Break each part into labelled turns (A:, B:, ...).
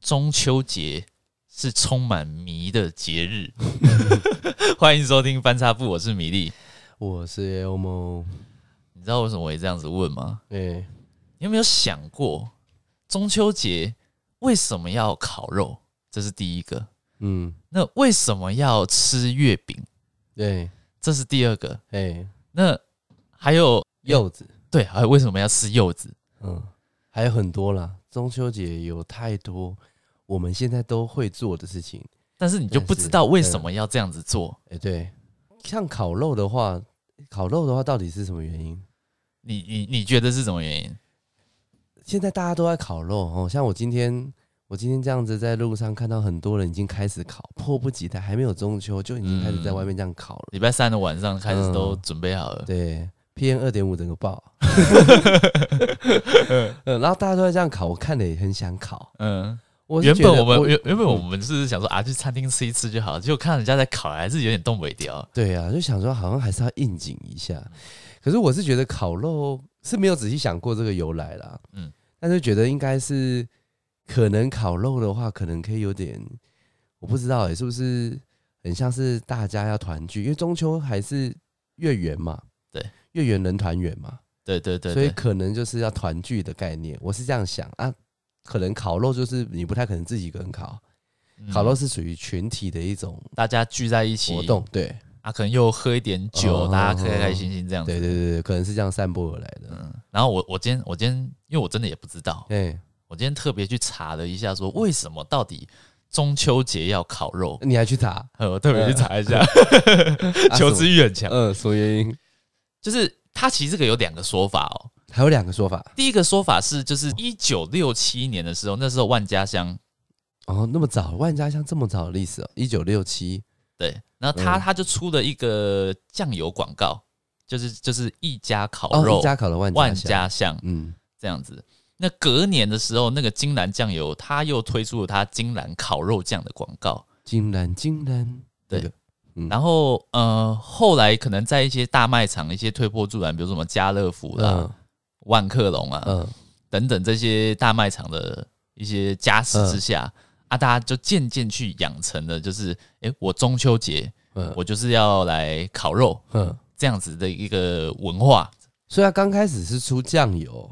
A: 中秋节是充满谜的节 日。欢迎收听翻差部，我是米粒。
B: 我是 Elmo，
A: 你知道为什么我会这样子问吗？
B: 哎、
A: 你有没有想过，中秋节为什么要烤肉？这是第一个。
B: 嗯，
A: 那为什么要吃月饼？
B: 对，
A: 这是第二个。
B: 哎、
A: 那还有
B: 柚子，
A: 对，还有为什么要吃柚子？
B: 嗯，还有很多啦。中秋节有太多我们现在都会做的事情，
A: 但是你就
B: 但
A: 不
B: 是
A: 知道为
B: 对
A: 什么要这样子做。
B: 哎、对，像烤肉的话，烤肉的话到底是什么原因？
A: 你你你觉得是什么原因？
B: 现在大家都在烤肉哦，像我今天，我今天这样子在路上看到很多人已经开始烤，迫不及待，还没有中秋就已经开始在
A: 嗯
B: 外面这样烤了。
A: 礼拜三的晚上开始
B: 嗯
A: 都准备好了。
B: 对，PM 二点五整 个爆，
A: 嗯
B: 呃，然后大家都在这样烤，我看了也很想烤。
A: 嗯，
B: 我嗯是
A: 原
B: 觉
A: 本
B: 得
A: 我们原原本我们是想说啊，去餐厅吃一吃就好，结果看人家在烤，还是有点动不掉。
B: 对啊，就想说好像还是要应景一下。可是我是觉得烤肉是没有仔细想过这个由来啦，
A: 嗯
B: 嗯，但是觉得应该是可能烤肉的话，可能可以有点，我不知道哎、是不是很像是大家要团聚，因为中秋还是月圆嘛，
A: 对，
B: 月圆人团圆嘛，
A: 对对对
B: 所以
A: 对，
B: 可能就是要团聚的概念，我是这样想啊。可能烤肉就是你不太可能自己一个人烤，
A: 嗯
B: 烤肉是属于群体的一种
A: 大家聚在一起
B: 活动，对，
A: 啊，可能又喝一点酒，
B: 哦
A: 大家开开心心这样子。
B: 对对对对，可能是这样散播而来的。
A: 嗯，然后我我今天我今天因为我真的也不知道，
B: 哎、
A: 我今天特别去查了一下，说为什么到底中秋节要烤肉？
B: 你还去查？啊
A: 呃我特别去查一 下， 求知
B: 什
A: 欲很强
B: 么。嗯，什么原因？
A: 就是它其实这个有两个说法哦。
B: 还有两个说法
A: 第一个说法是，就是一九六七年的时候，那时候万家香
B: 哦，那么早，万家香这么早的历史哦，一九六七，
A: 对，然后他
B: 嗯
A: 他就出了一个酱油广告，就是就是一家烤
B: 哦，
A: 肉
B: 一家烤了万
A: 万
B: 家
A: 家
B: 香，
A: 香
B: 嗯，
A: 这样子。那隔年的时候，那个金兰酱油他又推出了他金兰烤肉酱的广告。
B: 金兰金兰，
A: 对
B: 那个嗯
A: 然后呃，后来可能在一些大卖场、一些推波助澜，比如什么家乐福啦、
B: 嗯
A: 万客隆啊、
B: 嗯，
A: 等等这些大卖场的一些加持
B: 嗯
A: 之下，啊，大家就渐渐去养成了，就是诶，我中秋节
B: 嗯
A: 我就是要来烤肉，
B: 嗯，
A: 这样子的一个文化，
B: 所以它刚开始是出酱油，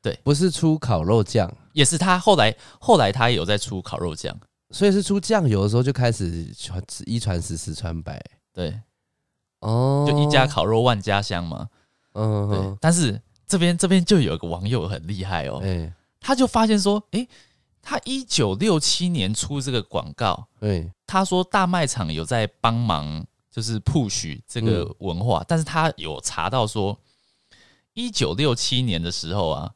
A: 对
B: 不是出烤肉酱，
A: 也是他后来后来他也有在出烤肉酱，
B: 所以是出酱油的时候就开始传一传十，十传百，
A: 对，
B: 哦，
A: 就一家，烤肉万家香嘛。
B: 嗯
A: 对，
B: 哼，
A: 但是这边这边就有一个网友很厉害哦，
B: 哎，
A: 他就发现说，诶，他一九六七年出这个广告，
B: 对，
A: 他说大卖场有在帮忙，就是 push 这个
B: 嗯
A: 文化，但是他有查到说，一九六七年的时候啊，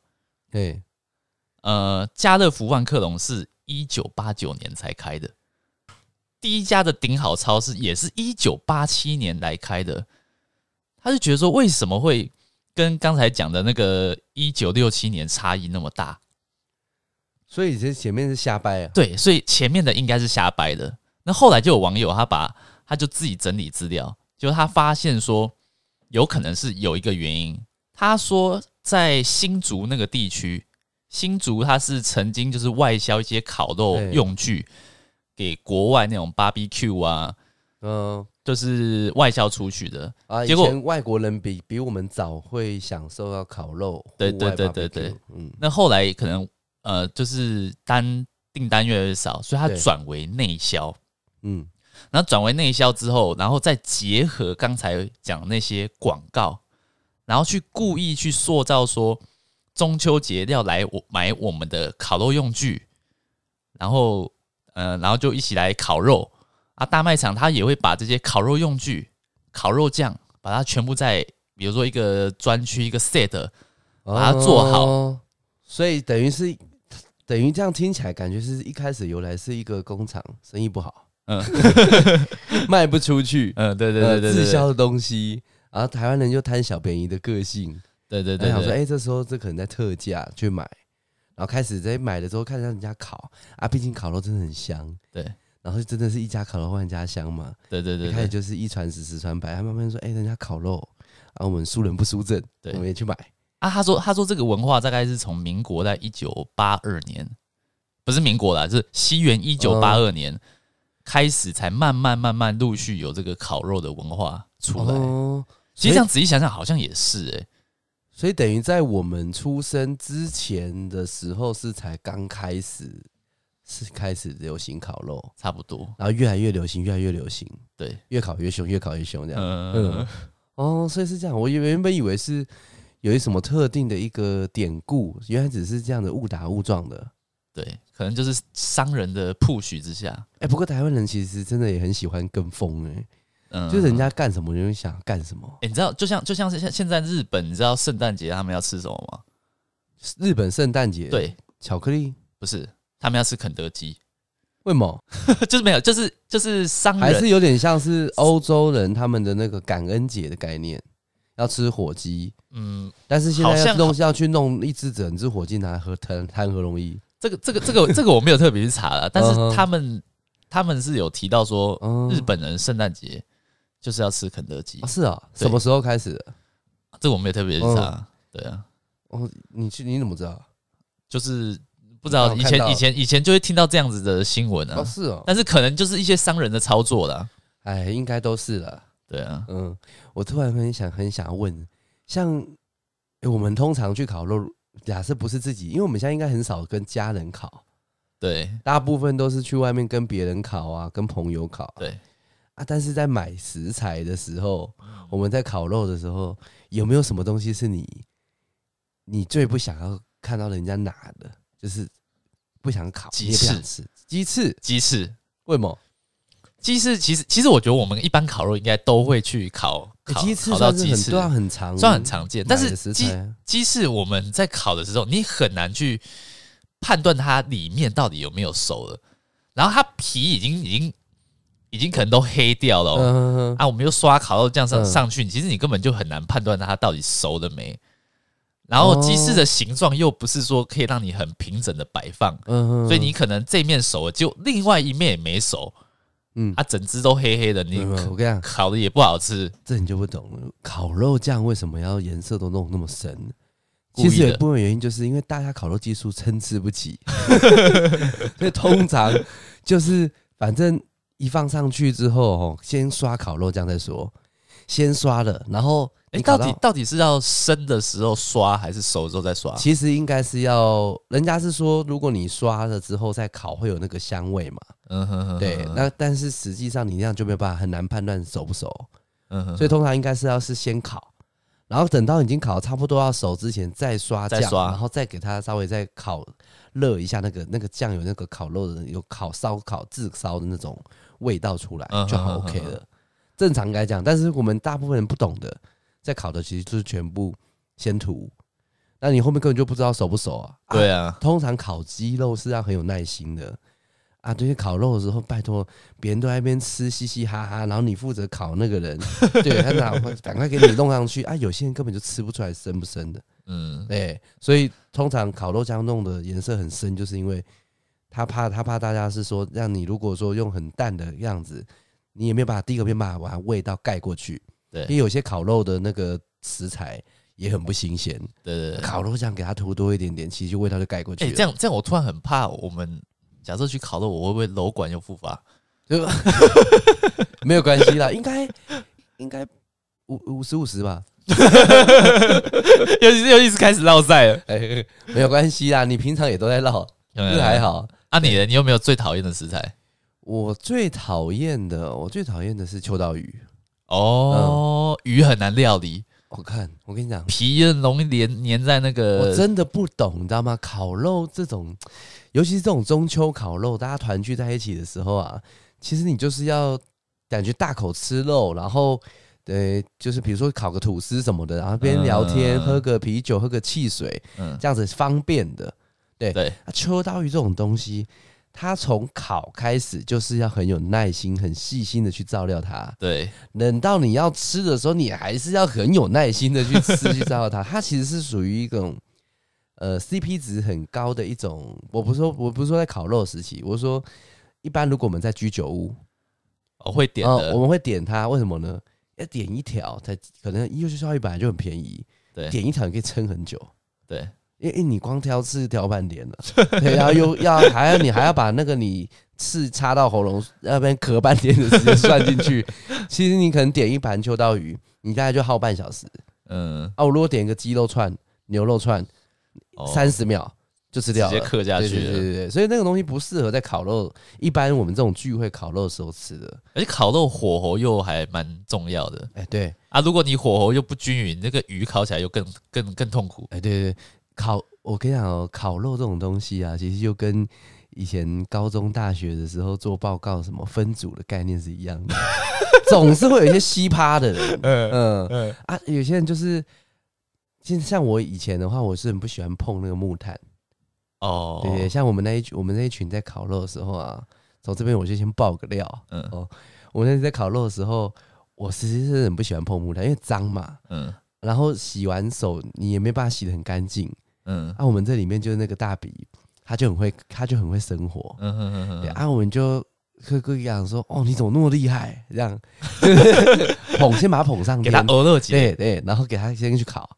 B: 哎，
A: 呃，家乐福万客隆是一九八九年才开的，第一家的顶好超市也是一九八七年来开的。他就觉得说，为什么会跟刚才讲的那个一九六七年差异那么大？
B: 所以这前面是瞎掰啊，
A: 对，所以前面的应该是瞎掰的。那后来就有网友他把他就自己整理资料，就他发现说，有可能是有一个原因。他说在新竹那个地区，新竹它是曾经就是外销一些烤肉
B: 对
A: 用具给国外那种 barbecue 啊，
B: 嗯。
A: 就是外销出去的。
B: 啊，
A: 结
B: 以
A: 果
B: 前外国人比比我们早会享受到烤肉，
A: 对
B: 户外
A: 对对对对
B: barbecue，嗯，
A: 那后来可能呃，就是单订单越来越少，所以它
B: 对
A: 转为内销。
B: 嗯
A: 然后转为内销之后，然后再结合刚才讲的那些广告，然后去故意去塑造说中秋节要来我买我们的烤肉用具，然后呃，然后就一起来烤肉啊。大卖场它也会把这些烤肉用具、烤肉酱，把它全部在比如说一个专区一个 set，把它做好
B: 哦所以等于是等于这样听起来，感觉是一开始由来是一个工厂生意不 好，
A: 嗯
B: 卖不出去，
A: 嗯，对对
B: 呃
A: 对对对
B: 滞
A: 对
B: 销的东西，然后台湾人就贪小便宜的个性，
A: 对对
B: 他
A: 对
B: 想说，
A: 对，
B: 哎，这时候这可能在特价去买，然后开始在买的时候看到人家烤啊，毕竟烤肉真的很香，
A: 对，
B: 然后真的是一家烤肉万家香嘛，
A: 对对
B: 一
A: 对
B: 开
A: 对，
B: 始就是一传十，十传百，他慢慢说，哎、人家烤肉，啊，我们输人不输阵，
A: 对
B: 我们也去买，
A: 啊，他说他说这个文化大概是从民国在一九八二年不是民国啦，就是西元一九八
B: 哦
A: 二年、开始才慢慢慢慢陆续有这个烤肉的文化出来。
B: 哦，
A: 其实
B: 所以
A: 这样仔细想想，好像也是哎、
B: 所以等于在我们出生之前的时候是才刚开始，是开始流行烤肉，
A: 差不多。
B: 然后越来越流行，越来越流行，
A: 对，
B: 越烤越凶，越烤越凶这样。
A: 嗯
B: 嗯，哦，所以是这样。我原原本以为是有一什么特定的一个典故，原来只是这样的误打误撞的。
A: 对，可能就是商人的 push 之下，
B: 哎、不过台湾人其实真的也很喜欢跟风哎、
A: 嗯，
B: 就是人家干什么你就想干什么。
A: 欸你知道，就像就像是现现在日本，你知道圣诞节他们要吃什么吗？
B: 日本圣诞节
A: 对，
B: 巧克力，
A: 不是，他们要吃肯德基，
B: 为毛？
A: 就是没有，就是就是商
B: 还
A: 人
B: 是有点像是欧洲人他们的那个感恩节的概念，要吃火鸡，
A: 嗯，
B: 但是现在
A: 好
B: 要
A: 像
B: 弄要去弄一只整只火鸡拿来和谈谈何容易？
A: 这个这个这个这个我没有特别去查了，但
B: 嗯
A: 是
B: 哼
A: 他们他们是有提到说，
B: 嗯，
A: 日本人圣诞节就是要吃肯德基
B: 啊，是啊，
A: 对
B: 什么时候开始的？
A: 这个我没有特别去
B: 嗯
A: 查，对啊，
B: 哦，你去你怎么知道？
A: 就是不知
B: 啊
A: 道
B: 我
A: 以
B: 看到
A: 前
B: 了
A: 以前以前就会听到这样子的新闻
B: 哦，
A: 啊，
B: 是哦，
A: 但是可能就是一些商人的操作啦，
B: 哎，应该都是了。
A: 对啊，
B: 嗯，我突然很想很想问，像、哎，我们通常去烤肉，假设不是自己，因为我们现在应该很少跟家人烤，
A: 对
B: 大部分都是去外面跟别人烤啊，跟朋友烤啊、
A: 对。
B: 啊。但是在买食材的时候，
A: 嗯
B: 我们在烤肉的时候，有没有什么东西是你你最不想要看到人家拿的？就是不想烤，
A: 鸡
B: 你也不想
A: 翅
B: 吃鸡翅，
A: 鸡翅，
B: 为什么？
A: 鸡翅其实其实我觉得我们一般烤肉应该都会去烤
B: 哎
A: 烤
B: 鸡翅
A: 烤到
B: 算是
A: 鸡
B: 很
A: 翅，
B: 对啊，很长，
A: 算很常见，但
B: 买
A: 是
B: 的食
A: 鸡
B: 材啊
A: 鸡翅我们在烤的时候，你很难去判断它里面到底有没有熟了，然后它皮已经已经已经可能都黑掉了哦、
B: 嗯，
A: 啊，我们又刷烤肉酱上
B: 嗯哦
A: 上去，其实你根本就很难判断它到底熟了没。然后鸡翅的形状又不是说可以让你很平整的摆放，
B: 嗯，
A: 所以你可能这面熟了，就另外一面也没熟，
B: 嗯
A: 啊，整只都黑黑的，你
B: 没有没有
A: 烤
B: 嗯我跟你讲，
A: 烤的也不好吃，
B: 这你就不懂了。烤肉酱为什么要颜色都弄那么深？
A: 故意的
B: 其实有一部分原因就是因为大家烤肉技术参差不齐， 所以通常就是反正一放上去之后，哦，先刷烤肉酱再说，先刷了，然后
A: 哎、
B: 你
A: 到
B: 烤
A: 底到底是要生的时候刷，还是熟之后再刷？
B: 啊其实应该是要，人家是说如果你刷了之后再烤会有那个香味嘛，
A: 嗯哼哼，
B: 对，那但是实际上你那样就没有办法很难判断熟不熟，
A: 嗯哼，
B: 所以通啊常应该是要是先烤，然后等到已经烤得差不多要熟之前再刷
A: 再
B: 酱，
A: 刷
B: 然后再给它稍微再烤热一下那个那个酱有那个烤肉的有烤烧烤炙烧的那种味道出来、
A: 嗯
B: 就好
A: 哼哼
B: OK
A: 哼
B: 了。正常来讲，但是我们大部分人不懂的，在烤的其实就是全部先涂，那你后面根本就不知道熟不熟啊。啊
A: 对啊，
B: 通常烤鸡肉是要很有耐心的啊。对于烤肉的时候，拜托别人都在那边吃嘻嘻哈哈，然后你负责烤那个人， 对他哪会赶快给你弄上去啊？有些人根本就吃不出来生不生的，
A: 嗯，
B: 对，所以通常烤肉酱弄的颜色很深，就是因为他怕他怕大家是说让你如果说用很淡的样子，你也没有把第一个没有办法把味道盖过去，
A: 对
B: 因为有些烤肉的那个食材。也很不新鲜，
A: 对对对。
B: 烤肉酱给它涂多一点点，其实就味道就盖过去
A: 哎、
B: 了。
A: 这样这样，我突然很怕我们假设去烤肉，我会不会楼管又复 发？
B: 对吧？没有关系 啦，应该应该五五十五十吧，
A: 又又一直开始绕赛了，
B: 哎、没有关系啦，你平常也都在唠，这哎还。好。
A: 啊，你呢？你有没有最讨厌的食材？
B: 我最讨厌的，我最讨厌的是秋刀鱼。
A: 哦，鱼很难料理，
B: 我看，我跟你讲，
A: 皮很容易粘粘在那
B: 我
A: 个。
B: 真的不懂，你知道吗？烤肉这种，尤其是这种中秋烤肉，大家团聚在一起的时候啊，其实你就是要感觉大口吃肉，然后。对，就是比如说烤个吐司什么的，然后边聊天、
A: 嗯
B: 喝个啤酒、喝个汽水，
A: 嗯，
B: 这样子方便的。
A: 对，
B: 啊，秋刀鱼这种东西，它从烤开始就是要很有耐心、很细心的去照料它。
A: 对，
B: 等到你要吃的时候，你还是要很有耐心的去吃、去照料它。它其实是属于一种呃 CP 值很高的一种。我不是说我不是说在烤肉时期，我是说一般如果我们在居酒屋，
A: 我哦会点
B: 呃我
A: 的。
B: 们会点它，为什么呢？要点一条才可能，因为秋刀鱼本来就很便宜，
A: 对
B: 点一条你可以撑很久。
A: 对，
B: 因为哎你光挑刺挑半天了，对，然后又要还要你还要把那个你刺插到喉咙那边咳半天的时间算进去，其实你可能点一盘秋刀鱼，你大概就耗半小时。
A: 嗯，
B: 啊，我如果点一个鸡肉串、牛肉串，
A: 哦
B: 三十秒就吃掉
A: 直
B: 了，
A: 接刻下
B: 对
A: 去
B: 对对
A: 了。
B: 对对，所以那个东西不适合在烤肉，一般我们这种聚会烤肉的时候吃的。
A: 而且烤肉火候又还蛮重要的
B: 哎，对，
A: 啊，如果你火候又不均匀，那个鱼烤起来又更更更痛苦。
B: 哎，对对，对烤，我跟你讲哦，烤肉这种东西啊，其实就跟以前高中、大学的时候做报告什么分组的概念是一样的， 总是会有一些奇葩的人，
A: 嗯
B: 嗯
A: 嗯
B: 啊，有些人就是，像像我以前的话，我是很不喜欢碰那个木炭，
A: 哦，
B: 对对，像我们那一群我们那一群在烤肉的时候啊，从这边我就先爆个料，哦
A: 嗯
B: 我那天在烤肉的时候，我其实是很不喜欢碰木炭，因为脏嘛。
A: 嗯
B: 然后洗完手，你也没办法洗得很干净。
A: 嗯
B: 啊，我们这里面就是那个大鼻，他就很会，他就很会生活。
A: 嗯嗯
B: 对
A: 嗯，
B: 啊，我们就会故意讲说，哦，你怎么那么厉害？这 样捧，先把他捧上
A: 给
B: 天
A: 他，鹅肉节，
B: 对对，然后给他先去烤。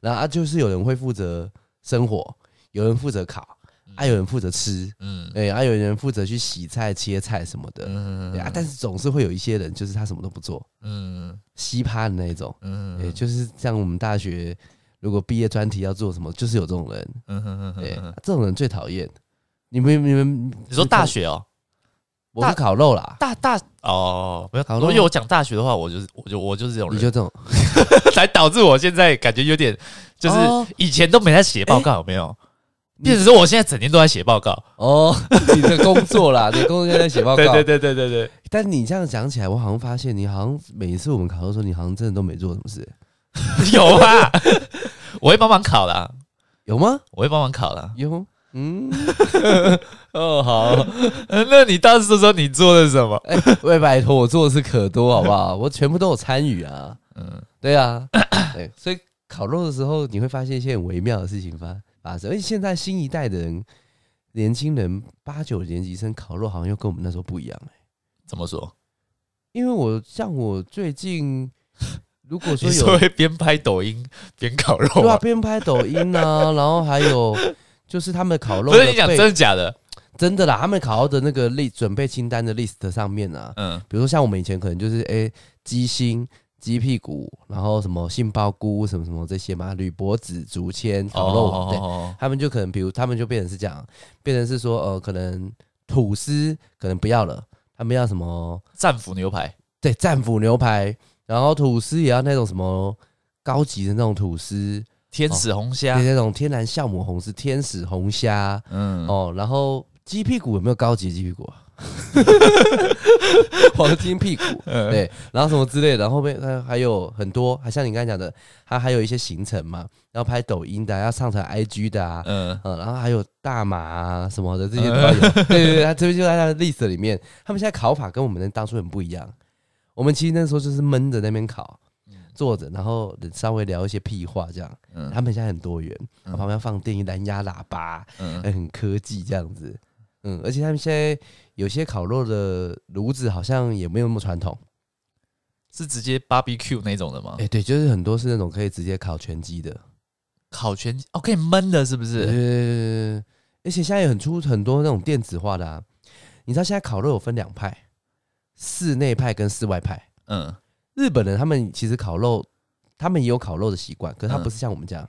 B: 然后啊，就是有人会负责生火，有人负责烤，啊，有人负责吃，
A: 嗯
B: 对，啊，有人负责去洗菜、切菜什么的。
A: 嗯
B: 对啊，但是总是会有一些人，就是他什么都不做，
A: 嗯
B: 奇葩的那一种。
A: 嗯，
B: 对，就是像我们大学如果毕业专题要做什么，就是有这种人。
A: 嗯嗯
B: 对，
A: 嗯，
B: 这种人最讨厌。你们嗯你们，
A: 你说大？学哦，
B: 我是烤肉啦，
A: 大大哦，没有，
B: 烤
A: 如
B: 肉
A: 果有讲大学的话，我就是我就我就是这种
B: 你
A: 人，
B: 就这种，
A: 才导致我现在感觉有点，就是
B: 哦哎
A: 以前都没在写报告，有没有？
B: 你
A: 变成说我现在整天都在写报告，
B: 哦， 你的工作啦， 你的工作就在写报告。
A: 对对对对对对，
B: 但你这样讲起来，我好像发现你好像每一次我们烤肉的时候，你好像真的都没做什么事，
A: 有啊， 我会帮忙考啦，
B: 有吗？
A: 我会帮忙考啦。
B: 有，嗯，哦好，
A: 呃 那你当时说你做的什么？
B: 哎、 喂，拜托，我做的事可多，好不好？我全部都有参与啊。
A: 嗯，
B: 对 啊，对，所以烤肉的时候，你会发现一些很微妙的事情发发生，而且现在新一代的人，年轻人八九年级生烤肉好像又跟我们那时候不一样、欸、
A: 怎么说？
B: 因为我像我最近，如果说
A: 你说
B: 有
A: 会边拍抖音边烤肉
B: 对啊，
A: 吗？
B: 边拍抖音啊，然后还有就是他们烤肉
A: 不
B: 的
A: 是你讲
B: 备
A: 真的假的？
B: 真的啦，他们烤肉的那个 list 准备清单的 list 上面啊，
A: 嗯
B: 比如说像我们以前可能就是哎鸡心、鸡屁股，然后什么杏鲍菇什么什么这些嘛，铝箔纸、竹签、烤肉网，对，
A: 哦，
B: 他们就可能比如他们就变成是这样，变成是说呃可能吐司可能不要了，他们要什么
A: 战斧牛排，
B: 对战斧牛排，然后吐司也要那种什么高级的那种吐司，
A: 天使红虾
B: 对，，那种天然酵母红丝、天使红虾
A: 嗯，
B: 哦，然后。鸡屁股有没有高级鸡屁股啊？ 黄金屁股，
A: 嗯，
B: 对，然后什么之类的，然后后面它还有很多，还像你刚才讲的，它还有一些行程嘛，要拍抖音的啊、要上传 IG 的啊，
A: 嗯
B: 嗯，然后还有大麻啊什么的，这些都
A: 哎
B: 要有。对对对，它这边就在它的 list 里面。他们现在考法跟我们当初很不一样，我们其实那时候就是闷着那边考，坐着，然后稍微聊一些屁话这样。
A: 嗯
B: 他们现在很多元，
A: 嗯
B: 然后旁边放电音、蓝牙喇叭，
A: 嗯
B: 哎，很科技这样子。嗯，而且他们现在有些烤肉的炉子好像也没有那么传统。
A: 是直接 barbecue 那种的吗
B: 哎、？对，就是很多是那种可以直接烤全鸡的，
A: 烤全鸡哦，可以焖的，是不是？
B: 呃，而且现在也很出很多那种电子化的啊。你知道现在烤肉有分两派，室内派跟室外派。
A: 嗯，
B: 日本人他们其实烤肉，他们也有烤肉的习惯，可是他
A: 嗯
B: 不是像我们这样，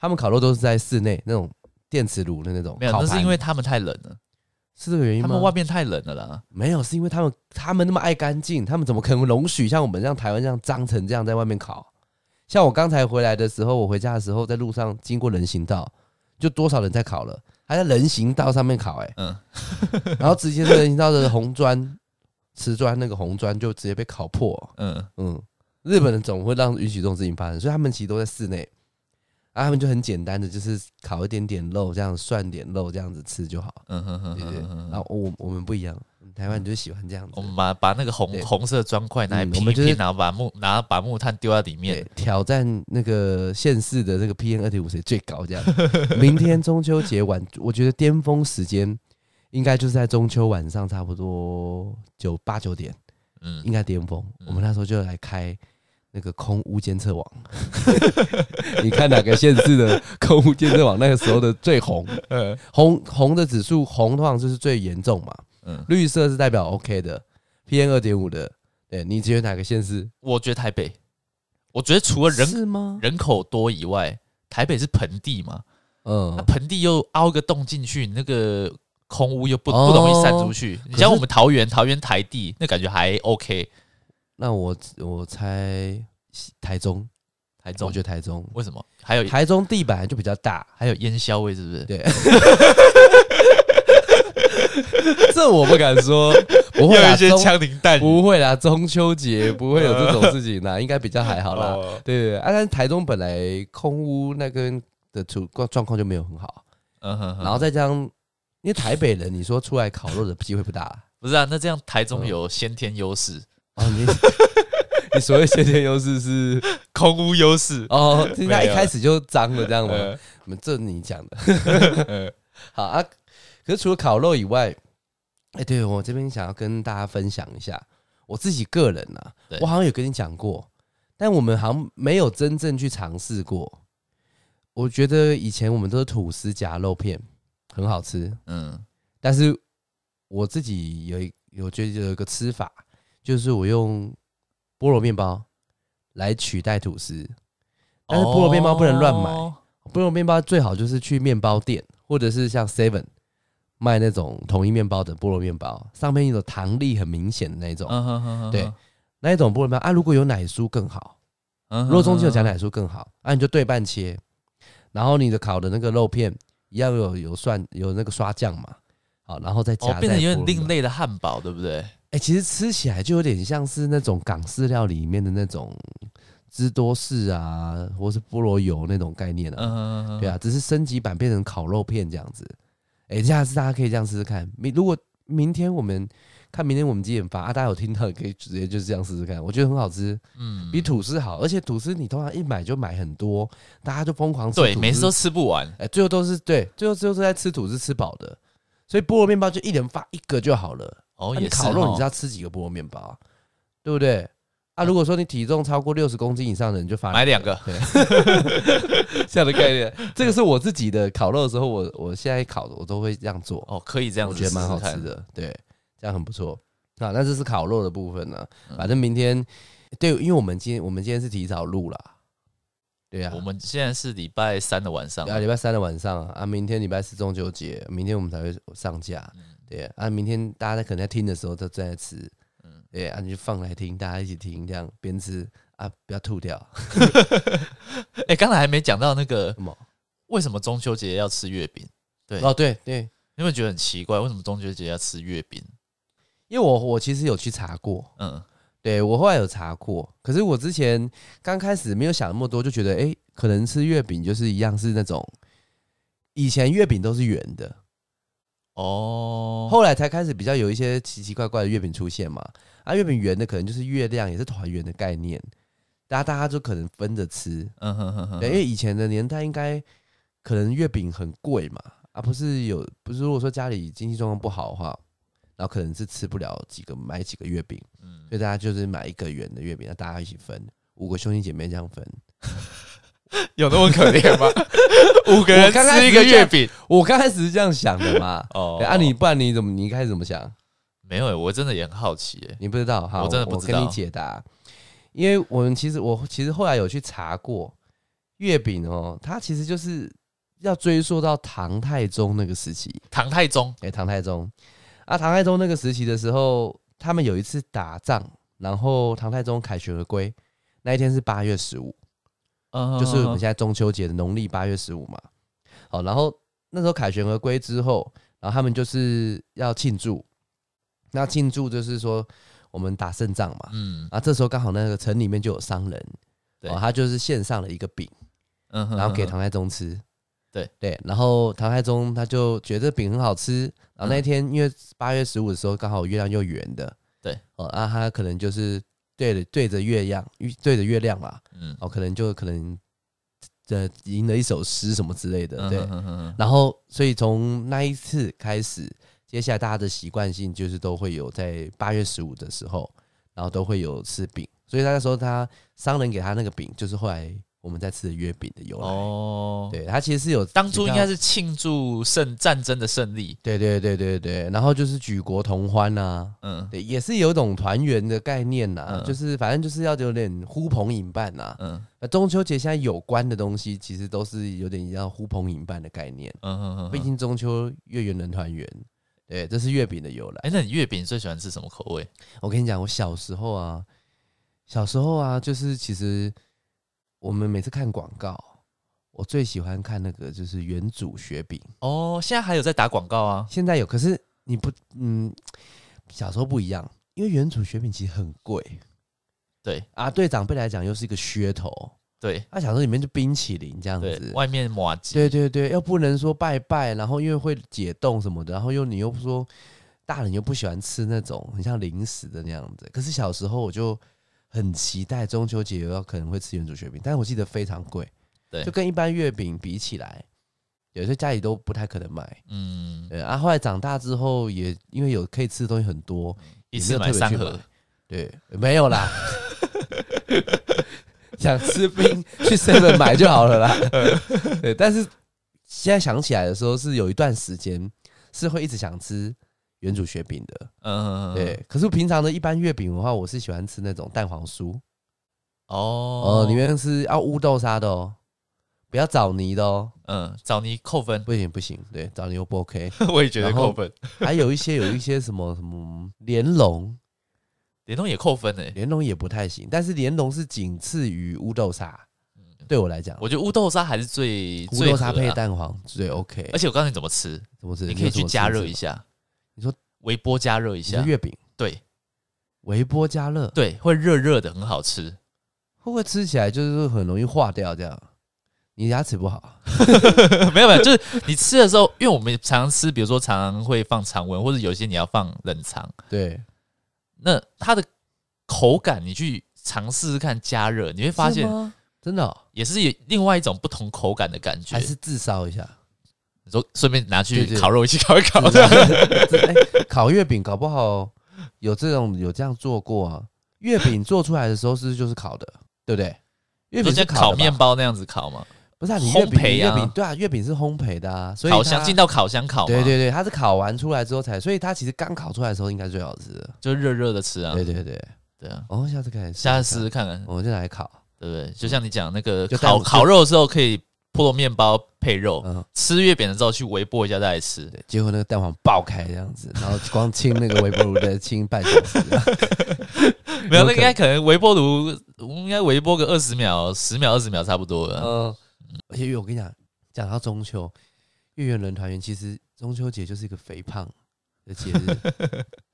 B: 他们烤肉都是在室内那种电磁炉的那种
A: 没有，
B: 烤
A: 那
B: 盘。
A: 是因为他们太冷了，
B: 是这个原因
A: 他
B: 吗？
A: 们外面太冷了啦。
B: 没有，是因为他们他们那么爱干净，他们怎么可能容许像我们这样台湾这样脏成这样在外面烤？像我刚才回来的时候，我回家的时候在路上经过人行道，就多少人在烤了，还在人行道上面烤、欸，
A: 嗯，
B: 然后直接在人行道的红砖、瓷砖那个红砖就直接被烤破。
A: 嗯
B: 嗯，日本人总会让允许这种事情发生，所以他们其实都在室内，啊，他们就很简单的就是烤一点点肉，这样涮点肉这样子吃就好。
A: 嗯哼哼
B: 对对，
A: 哼
B: 然
A: 哼，
B: 后我我们不一样，台湾人就喜欢这样子。
A: 我们把把那个红
B: 对
A: 红色砖块拿来
B: 嗯
A: 拼
B: 我们
A: 一
B: 就是
A: 拼，然后把木拿把木炭丢在里面
B: 对。，挑战那个县市的这个 PM 二点五谁最高？这样， 明天中秋节晚，我觉得巅峰时间应该就是在中秋晚上，差不多九八九点
A: 嗯
B: 应该巅峰。我们那时候就来开那个空屋监测网， 你看哪个县市的空屋监测网那个时候的最红，
A: 嗯
B: 红红的指数红通常就是最严重嘛，
A: 嗯，
B: 绿色是代表 OK 的，PM 二点五的，对你觉得哪个县市？
A: 我觉得台北，我觉得除了人
B: 是吗？
A: 人口多以外，台北是盆地嘛，
B: 嗯
A: 那，盆地又凹一个洞进去，那个空屋又不
B: 哦
A: 不容易散出去。你
B: 是
A: 像我们桃园，桃园台地那感觉还 OK，
B: 那我我猜台中，
A: 台
B: 我
A: 中
B: 觉得台中，
A: 为什么？还有
B: 台中地板就比较大，
A: 还 有烟硝味是不是？
B: 对，这我不敢说，不
A: 啊
B: 会啦，中
A: 林弹雨
B: 不会啦，中秋节不会有这种事情啦，应该比较还好啦。
A: 哦
B: 对对对，啊，但是台中本来空屋那跟的处状况就没有很好，
A: 嗯哼哼，
B: 然后再加上因为台北人，你说出来烤肉的机会不大
A: 不是啊，那这样台中有先天优势，
B: 哦， 你你所谓先天优势是
A: 空屋优 势。
B: 哦，人家
A: 没
B: 一
A: 有
B: 开始就脏了这样吗？
A: 呃
B: 我们这你讲的
A: 呃
B: 好啊。可是除了烤肉以外，哎、对我这边想要跟大家分享一下我自己个人啊
A: 对，
B: 我好像有跟你讲过，但我们好像没有真正去尝试过。我觉得以前我们都是吐司夹肉片，很好吃，
A: 嗯，
B: 但是我自己有一有觉得有一个吃法，就是我用菠萝面包来取代吐司，但是菠萝面包不能乱买
A: 哦
B: 菠萝面包最好就是去面包店，或者是像 Seven 卖那种统一面包的菠萝面包，上面有糖粒很明显的那一种，
A: 嗯哼哼哼，
B: 对那一种菠萝面包啊，如果有奶酥更好，
A: 嗯哼哼，
B: 如果中间有夹
A: 讲
B: 奶酥更好，啊，你就对半切，然后你的烤的那个肉片一样有有蒜有那个刷酱嘛，好，然后再
A: 哦
B: 夹，
A: 变
B: 在
A: 得有
B: 菠
A: 点
B: 萝
A: 另
B: 面包。
A: 类的汉堡，对不对？
B: 哎、其实吃起来就有点像是那种港式料理里面的那种芝多士啊，或是菠萝油那种概念啊。
A: 嗯哼哼哼，
B: 对啊，只是升级版变成烤肉片这样子。哎、下次大家可以这样试试看。明如果明天我们看明天我们几点发啊，大家有听到也可以直接就是这样试试看，我觉得很好吃，
A: 嗯，
B: 比吐司好，而且吐司你通常一买就买很多，大家就疯狂吃吐司，
A: 对，每次都吃不完。
B: 哎、最后都是对，最后最后都在吃吐司吃饱的，所以菠萝面包就一人发一个就好了。
A: 哦，
B: 啊
A: 也
B: 你
A: 是
B: 烤肉你
A: 哦
B: 知道吃几个菠萝面包啊、对不对？啊，如果说你体重超过六十公斤以上的，你就发
A: 买两个，
B: 这样的概念。这个是我自己的烤肉的时候，我我现在烤的我都会这样做，
A: 哦，可以这样
B: 我
A: 子
B: 觉
A: 试
B: 得
A: 试看，
B: 蛮好吃的，对，这样很不错。啊，那这是烤肉的部分呢、
A: 嗯
B: 反正明天，对，因为我们今天我们今天是提早录啦，对啊
A: 我，们现在是礼拜三的晚上，
B: 啊，礼拜三的晚上啊，啊明天礼拜四中秋节，明天我们才会上架，
A: 嗯
B: 对啊，明天大家在可能在听的时候都正在吃，嗯，对啊，你就放来听，大家一起听，这样边吃啊，不要 吐掉，啊
A: 哎，刚才还没讲到那个
B: 什么？
A: 为什么中秋节要吃月饼，对
B: 哦，对
A: 你
B: 对，
A: 有没有觉得很奇怪？为什么中秋节要吃月饼？
B: 因为我我其实有去查过，
A: 嗯
B: 对我后来有查过，可是我之前刚开始没有想那么多，就觉得哎、诶可能吃月饼就是一样是那种，以前月饼都是圆的，
A: 哦，
B: 后来才开始比较有一些奇奇怪怪的月饼出现嘛。啊，月饼圆的可能就是月亮，也是团圆的概念，大家大家就可能分着吃。
A: 嗯哼哼哼，
B: 对，因为以前的年代应该可能月饼很贵嘛，啊，不是有不是如果说家里经济状况不好的话，然后可能是吃不了几个买几个月饼。
A: 嗯
B: 所以大家就是买一个圆的月饼，那大家一起分，五个兄弟姐妹这样分。
A: 有那么可怜 吗？五个人
B: 我刚开始
A: 吃一个月饼，
B: 我刚开始是这样想的嘛
A: 哦
B: 对啊你，不然你怎么你一开始怎么想？
A: 没有欸？我真的也很好奇欸
B: 你不知道哈，
A: 我真的不知道
B: 我跟你解答，因为我们其实我其实后来有去查过，月饼哦，它其实就是要追溯到唐太宗那个时期。
A: 唐太宗，
B: 哎、唐太宗啊，唐太宗那个时期的时候，他们有一次打仗，然后唐太宗凯旋而归，那一天是八月十五。
A: 嗯
B: 就是我们现在中秋节的农历八月十五嘛。好，然后那时候凯旋而归之后，然后他们就是要庆祝，那庆祝就是说我们打胜仗嘛。
A: 嗯
B: 啊，这时候刚好那个城里面就有商人，
A: 对
B: 哦，他就是献上了一个饼，
A: 嗯哼，
B: 然后给
A: 嗯哼，
B: 唐太宗吃。
A: 对
B: 对，然后唐太宗他就觉得这饼很好吃，然后
A: 嗯
B: 那一天因为八月十五的时候刚好月亮又圆的，
A: 对，
B: 哦，啊，他可能就是对着对着月亮，对着月亮嘛，
A: 嗯，
B: 哦，可能就可能呃吟了一首诗什么之类的，对。
A: 嗯哼哼哼
B: 然后，所以从那一次开始，接下来大家的习惯性就是都会有在八月十五的时候，然后都会有吃饼，所以他那时候他商人给他那个饼，就是后来我们在吃的月饼的由来。
A: 哦，
B: 对，他其实是有
A: 当初应该
B: 是
A: 是庆祝胜战争的胜利，
B: 对对对对对，然后就是举国同欢呐、
A: 嗯
B: 对，也是有一种团圆的概念呐、
A: 嗯
B: 就是反正就是要有点呼朋引伴呐、
A: 嗯
B: 那中秋节现在有关的东西，其实都是有点要呼朋引伴的概念。
A: 嗯嗯嗯
B: 毕
A: 嗯。
B: 竟中秋月圆人团圆，对，这是月饼的由来。
A: 哎、那你月饼最喜欢吃什么口味？
B: 我跟你讲，我小时候啊，小时候啊，就是其实我们每次看广告，我最喜欢看那个就是原主雪饼。
A: 哦，现在还有在打广告啊。
B: 现在有，可是你不，嗯，小时候不一样，因为原主雪饼其实很贵
A: 对
B: 啊，对长辈来讲又是一个噱头。
A: 对
B: 啊，小时候里面就冰淇淋这样
A: 对
B: 子，，
A: 外面抹吉。
B: 对对对，又不能说拜拜，然后因为会解冻什么的，然后又你又说大人又不喜欢吃那种很像零食的那样子。可是小时候我就很期待中秋节有可能会吃原主雪饼，但是我记得非常贵，
A: 对
B: 就跟一般月饼比起来，有些家里都不太可能买。
A: 嗯，
B: 对啊，后来长大之后也因为有可以吃的东西很多，
A: 一次买三盒。
B: 对，没有啦。想吃冰去 seven 买就好了啦。对，但是现在想起来的时候，是有一段时间是会一直想吃原主雪饼的。
A: 嗯，嗯嗯嗯
B: 对，可是平常的一般月饼的话，我是喜欢吃那种蛋黄酥，
A: 哦
B: 哦，里面是要乌豆沙的哦，不要枣泥的哦，
A: 嗯，枣泥扣分，
B: 不行不行，对，枣泥又不 OK。
A: 我也觉
B: 然后
A: 分，
B: 还有一些有一些什么什么莲蓉，
A: 联动也扣分欸诶、
B: 莲蓉也不太行，但是莲蓉是仅次于乌豆沙，对我来讲，
A: 嗯我觉得乌豆沙还是最
B: 啊乌豆
A: 最合
B: 沙
A: 啊
B: 配蛋黄最 OK。
A: 而且我告诉你怎么吃，
B: 怎么吃？
A: 你可以去加热一
B: 下，
A: 下。
B: 你说
A: 微波加热一
B: 你说
A: 下，
B: 月饼
A: 对
B: 微波加热，会
A: 对，会热热的，很好吃。
B: 不会吃起来就是很容易化掉这样？你牙齿不好，
A: 没有没有，就是你吃的时候，因为我们常吃，比如说常常会放常温，或者有些你要放冷藏，
B: 对，
A: 那它的口感你去尝试试看加热，你会发现
B: 是吗真的哦、
A: 也是有另外一种不同口感的感觉
B: 还。是自烧 一下，
A: 你说顺便拿
B: 对
A: 去
B: 对
A: 烤肉一起烤一烤，
B: 自烧自 哎烤月饼搞不好有这种有这样做过啊？月饼做出来的时候是不是就是烤的，对不对？月
A: 就
B: 饼
A: 像
B: 是
A: 烤
B: 的吧
A: 面，包那样子烤嘛，
B: 不是啊？你月
A: 烘焙
B: 饼
A: 啊
B: 你月饼对啊，月饼是烘焙的啊，所以
A: 烤
B: 它
A: 箱进到啊烤箱烤嘛，
B: 对对对，它是烤完出来之后才，所以它其实刚烤出来的时候应该最好吃的。
A: 就热热的吃啊，
B: 对对对，
A: 对啊，
B: 哦，下次可以试试
A: 下
B: 看
A: 次试试看看，
B: 我们就来烤。
A: 对不对？就像你讲那个
B: 就带
A: 烤
B: 我
A: 烤肉的时候可以破面包配肉，
B: 嗯，
A: 吃月饼的时候去微波一下再来吃，
B: 对，结果那个蛋黄爆开这样子，然后光清那个微波炉的清半小时，
A: 没有，那
B: 有可能
A: 应该可能微波炉应该微波个二十秒、十秒、二十秒差不多了。
B: 嗯，而且我跟你讲，讲到中秋，月圆人团圆，其实中秋节就是一个肥胖的节 日，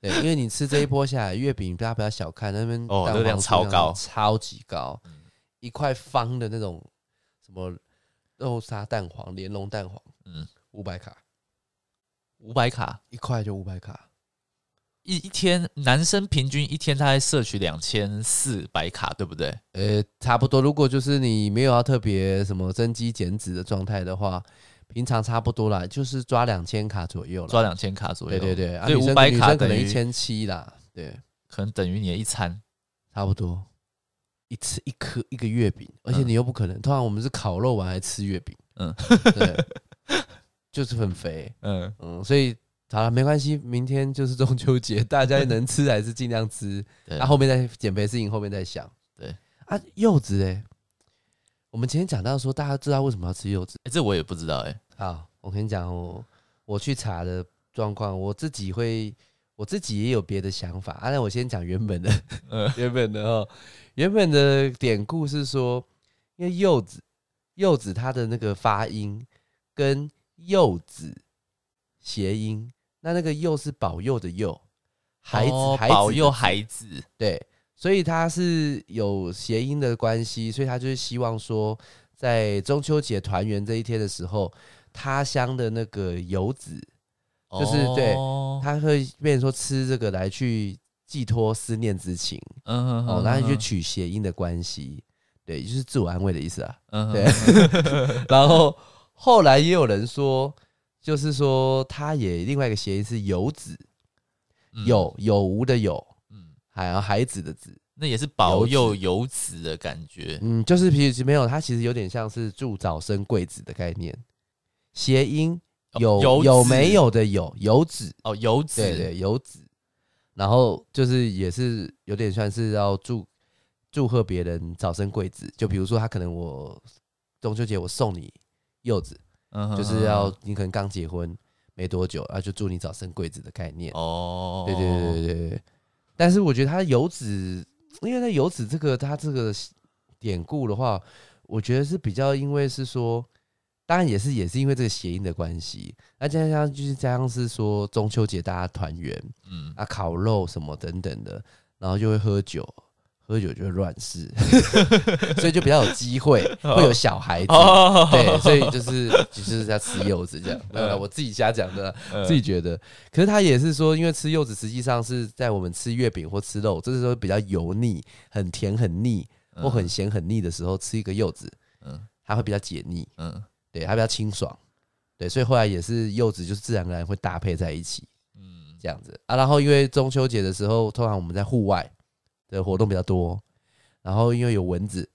B: 对，因为你吃这一波下来，月饼大家不要小看那边
A: 哦
B: 蛋
A: 热量
B: 黄
A: 超
B: 数量
A: 高嗯
B: 超级高，一块方的那种什么肉沙蛋黄、莲蓉蛋黄，
A: 嗯
B: 嗯，五百卡
A: 五百卡
B: 一块就五百卡，
A: 一一天，男生平均一天他在摄取两千四百卡，对不对？
B: 呃，差不多。如果就是你没有要特别什么增肌减脂的状态的话，平常差不多啦，就是抓两千卡左右啦。
A: 抓两千卡左右，
B: 对对对，啊、
A: 哦所以
B: 女生
A: 500
B: 女
A: 卡
B: 生可
A: 等
B: 能
A: 于
B: 一千七啦，对，
A: 可能等于你的一餐。
B: 差不多。一次一颗一个月饼，而且
A: 嗯
B: 你又不可能，通常我们是烤肉完还吃月饼，
A: 嗯
B: 嗯，对， 就是很肥，
A: 嗯，
B: 嗯，所以好了，没关系，明天就是中秋节，大家能吃还是尽量吃，
A: 对。
B: 那、后面再减肥事情后面再想。
A: 对
B: 啊，柚子哎，我们今天讲到说，大家知道为什么要吃柚子
A: 欸这我也不知道哎、
B: 啊？我跟你讲哦，我去查的状况，我自己会，我自己也有别的想法啊。那我先讲原本的，
A: 嗯
B: 原本的哦，原本的典故是说，因为柚子，柚子它的那个发音跟柚子谐音，那那个柚是保佑的佑，孩子，
A: 哦
B: 孩子
A: 保
B: 的
A: 佑孩子，
B: 对，所以它是有谐音的关系，所以他就是希望说，在中秋节团圆这一天的时候，他乡的那个游子，就是对
A: 哦
B: 他会变成说吃这个来去寄托思念之情，
A: 嗯哼
B: 哦，然后就取谐音的关系，对，就是自我安慰的意思 啊。
A: 嗯
B: 对，然后后来也有人说，就是说他也另外一个谐音是游子，
A: 嗯
B: 有有无的有，
A: 嗯
B: 还有孩子的子，
A: 那也是保
B: 游
A: 佑游子的感觉。
B: 嗯，就是皮其没有，它其实有点像是助早生贵子的概念，谐音有
A: 游
B: 有
A: 哦子
B: 没有的有有子，
A: 哦，游子
B: 对对有子，然后就是也是有点算是要祝祝贺别人早生贵子，就比如说他可能我中秋节我送你柚子，
A: 嗯哼
B: 就是要你可能刚结婚没多久，啊就祝你早生贵子的概念，
A: 哦，
B: 对对对对对对。但是我觉得它游子，因为它游子这个它这个典故的话，我觉得是比较因为是说，当然也是也是因为这个谐音的关系，那加上就是加上是说中秋节大家团圆
A: 嗯，
B: 啊，烤肉什么等等的，然后就会喝酒。 喝酒就会乱试， 所以就比较有 机会，会有小孩子，
A: 哦，
B: 对，所以就是就是在吃柚子这样。没有啦我自己瞎讲的啦，
A: 嗯
B: 自己觉得。可是他也是说，因为吃柚子实际上是在我们吃月饼或吃肉，这时候比较油腻、很甜、很腻或很咸、很腻的时候，吃一个柚子，
A: 嗯
B: 它会比较解腻，
A: 嗯
B: 对，它比较清爽，对，所以后来也是柚子就是自然而然会搭配在一起
A: 嗯
B: 这样子啊。然后因为中秋节的时候，通常我们在户外的活动比较多，然后因为有蚊子，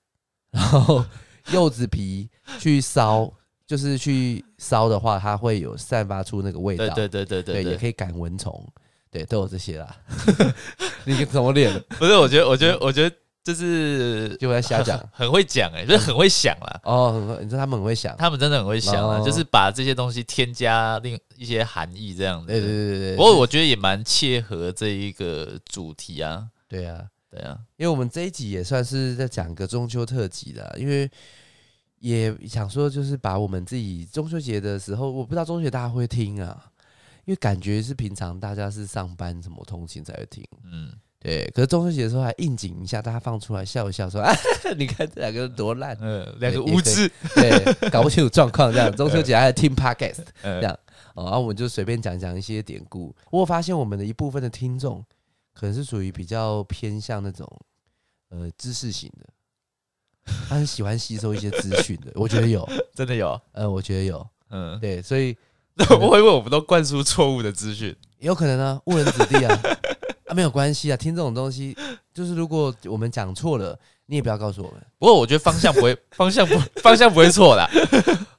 B: 然后 柚子皮去烧。就是去烧的话，它会有散发出那个味道，
A: 对对对对对
B: 对，
A: 对，
B: 也可以赶蚊虫，对，都有这些啦。 你怎么脸？
A: 不是，我觉得，我觉得，我觉得就是
B: 就我在瞎 讲
A: 很会讲
B: 嗯
A: 哎，就是很会想啦。
B: 哦，很会你说他们很会想，
A: 他们真的很会想啊，
B: 哦
A: 就是把这些东西添加另一些含义这样
B: 对对
A: 子。
B: 对对对，
A: 不过我觉得也蛮切合这一个主题啊，
B: 对啊，
A: 对啊，
B: 因为我们这一集也算是在讲个中秋特辑啦，因为也想说就是把我们自己中秋节的时候，我不知道中秋节大家会听啊，因为感觉是平常大家是上班什么通勤才会听，
A: 嗯，
B: 对，可是中秋节的时候还应景一下，大家放出来笑一笑说， 啊，你看这两个人多烂，
A: 呃，两个
B: 嗯也
A: 无知，
B: 对，搞不清楚状况 这样，中秋节还听 podcast。
A: 呃
B: 这样哦，然、后我们就随便讲讲一些典故。我有发现我们的一部分的听众，可能是属于比较偏向那种呃知识型的，他很喜欢吸收一些资讯 的。我觉得有，
A: 真的有，
B: 呃，我觉得有，
A: 嗯，
B: 对，所以
A: 那 我会为我们都灌输错误的资讯，
B: 也有可能呢、误人子弟啊，啊，没有关系啊，听这种东西，就是如果我们讲错了，你也不要告诉我们。
A: 不过我觉得方向不 会，方向不方向不会错啦，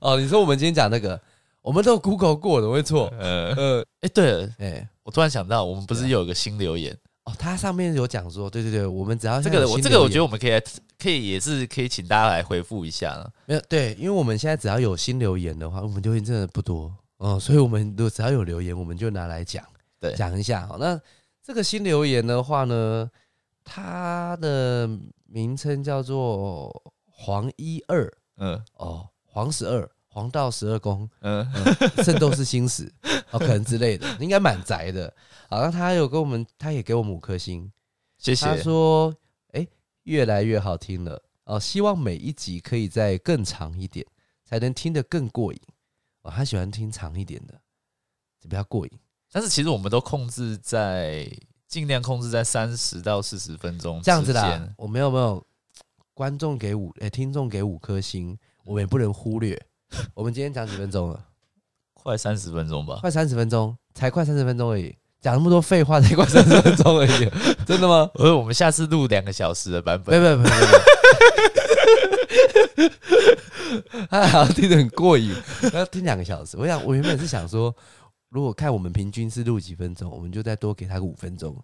B: 哦，你说我们今天讲那个，我们都有 Google 过的，会错。
A: 呃，
B: 呃，
A: 哎，对了，
B: 哎、
A: 我突然想到，我们不是有一个新留言，
B: 哦，它上面有讲说，对对对，我们只要
A: 这个我这个我觉
B: 得。
A: 得我们可以来可以也是可以请大家来回复一下了，
B: 没有对，因为我们现在只要有新留言的话，我们留言真的不多哦，所以我们如果只要有留言，我们就拿来讲，
A: 对
B: 讲一下。好，那这个新留言的话呢，它的名称叫做黄一二
A: 嗯
B: 哦，黄十二，黄道十二宫，
A: 嗯
B: 圣斗士星矢，哦，可能之类的，应该蛮宅的。好，那他有给我们，他也给我们五颗星，
A: 谢谢
B: 他，说：“哎、越来越好听了哦，希望每一集可以再更长一点，才能听得更过瘾。哦，他喜欢听长一点的，比较过瘾。
A: 但是其实我们都控制在尽量控制在三十到四十分钟
B: 这样子
A: 之
B: 啦
A: 间，，
B: 我们有没有观众给五哎、听众给五颗星，我们也不能忽略。我们今天讲几分钟 了？
A: 快三十分钟吧。
B: 快三十分钟，才快三十分钟而已。”讲那么多废话，才快三十分钟而已， 真的吗？
A: 呃而我们下次录两个小时的版
B: 没
A: 本，
B: 没没没没，他好像听得很过瘾，要听两个小时。我想，我原本是想说，如果看我们平均是录几分钟，我们就再多给他个五分钟，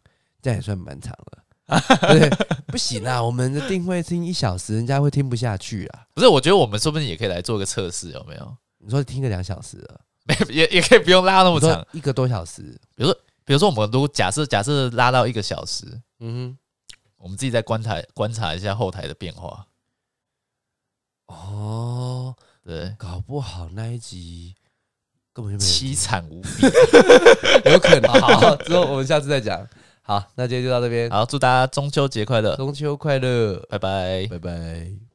B: 这样也算蛮长了。对，不行啊，我们的定位听一小时，人家会听不下去啊。
A: 不是？我觉得我们说不定也可以来做个测试，有没有？
B: 你说听个两小时了，
A: 没也也可以不用拉那么
B: 我
A: 长
B: 说。一个多小时，
A: 比如说，我们如果假设假设拉到一个小时，
B: 嗯
A: 我们自己再观察观察一下后台的变化，
B: 哼，哦，
A: 对，
B: 搞不好那一集根本就没有人
A: 凄惨无比。
B: 有可能。好，之后我们下次再讲。好，那今天就到这边，
A: 好，祝大家中秋节快乐，
B: 中秋快乐，
A: 拜拜。
B: 拜拜。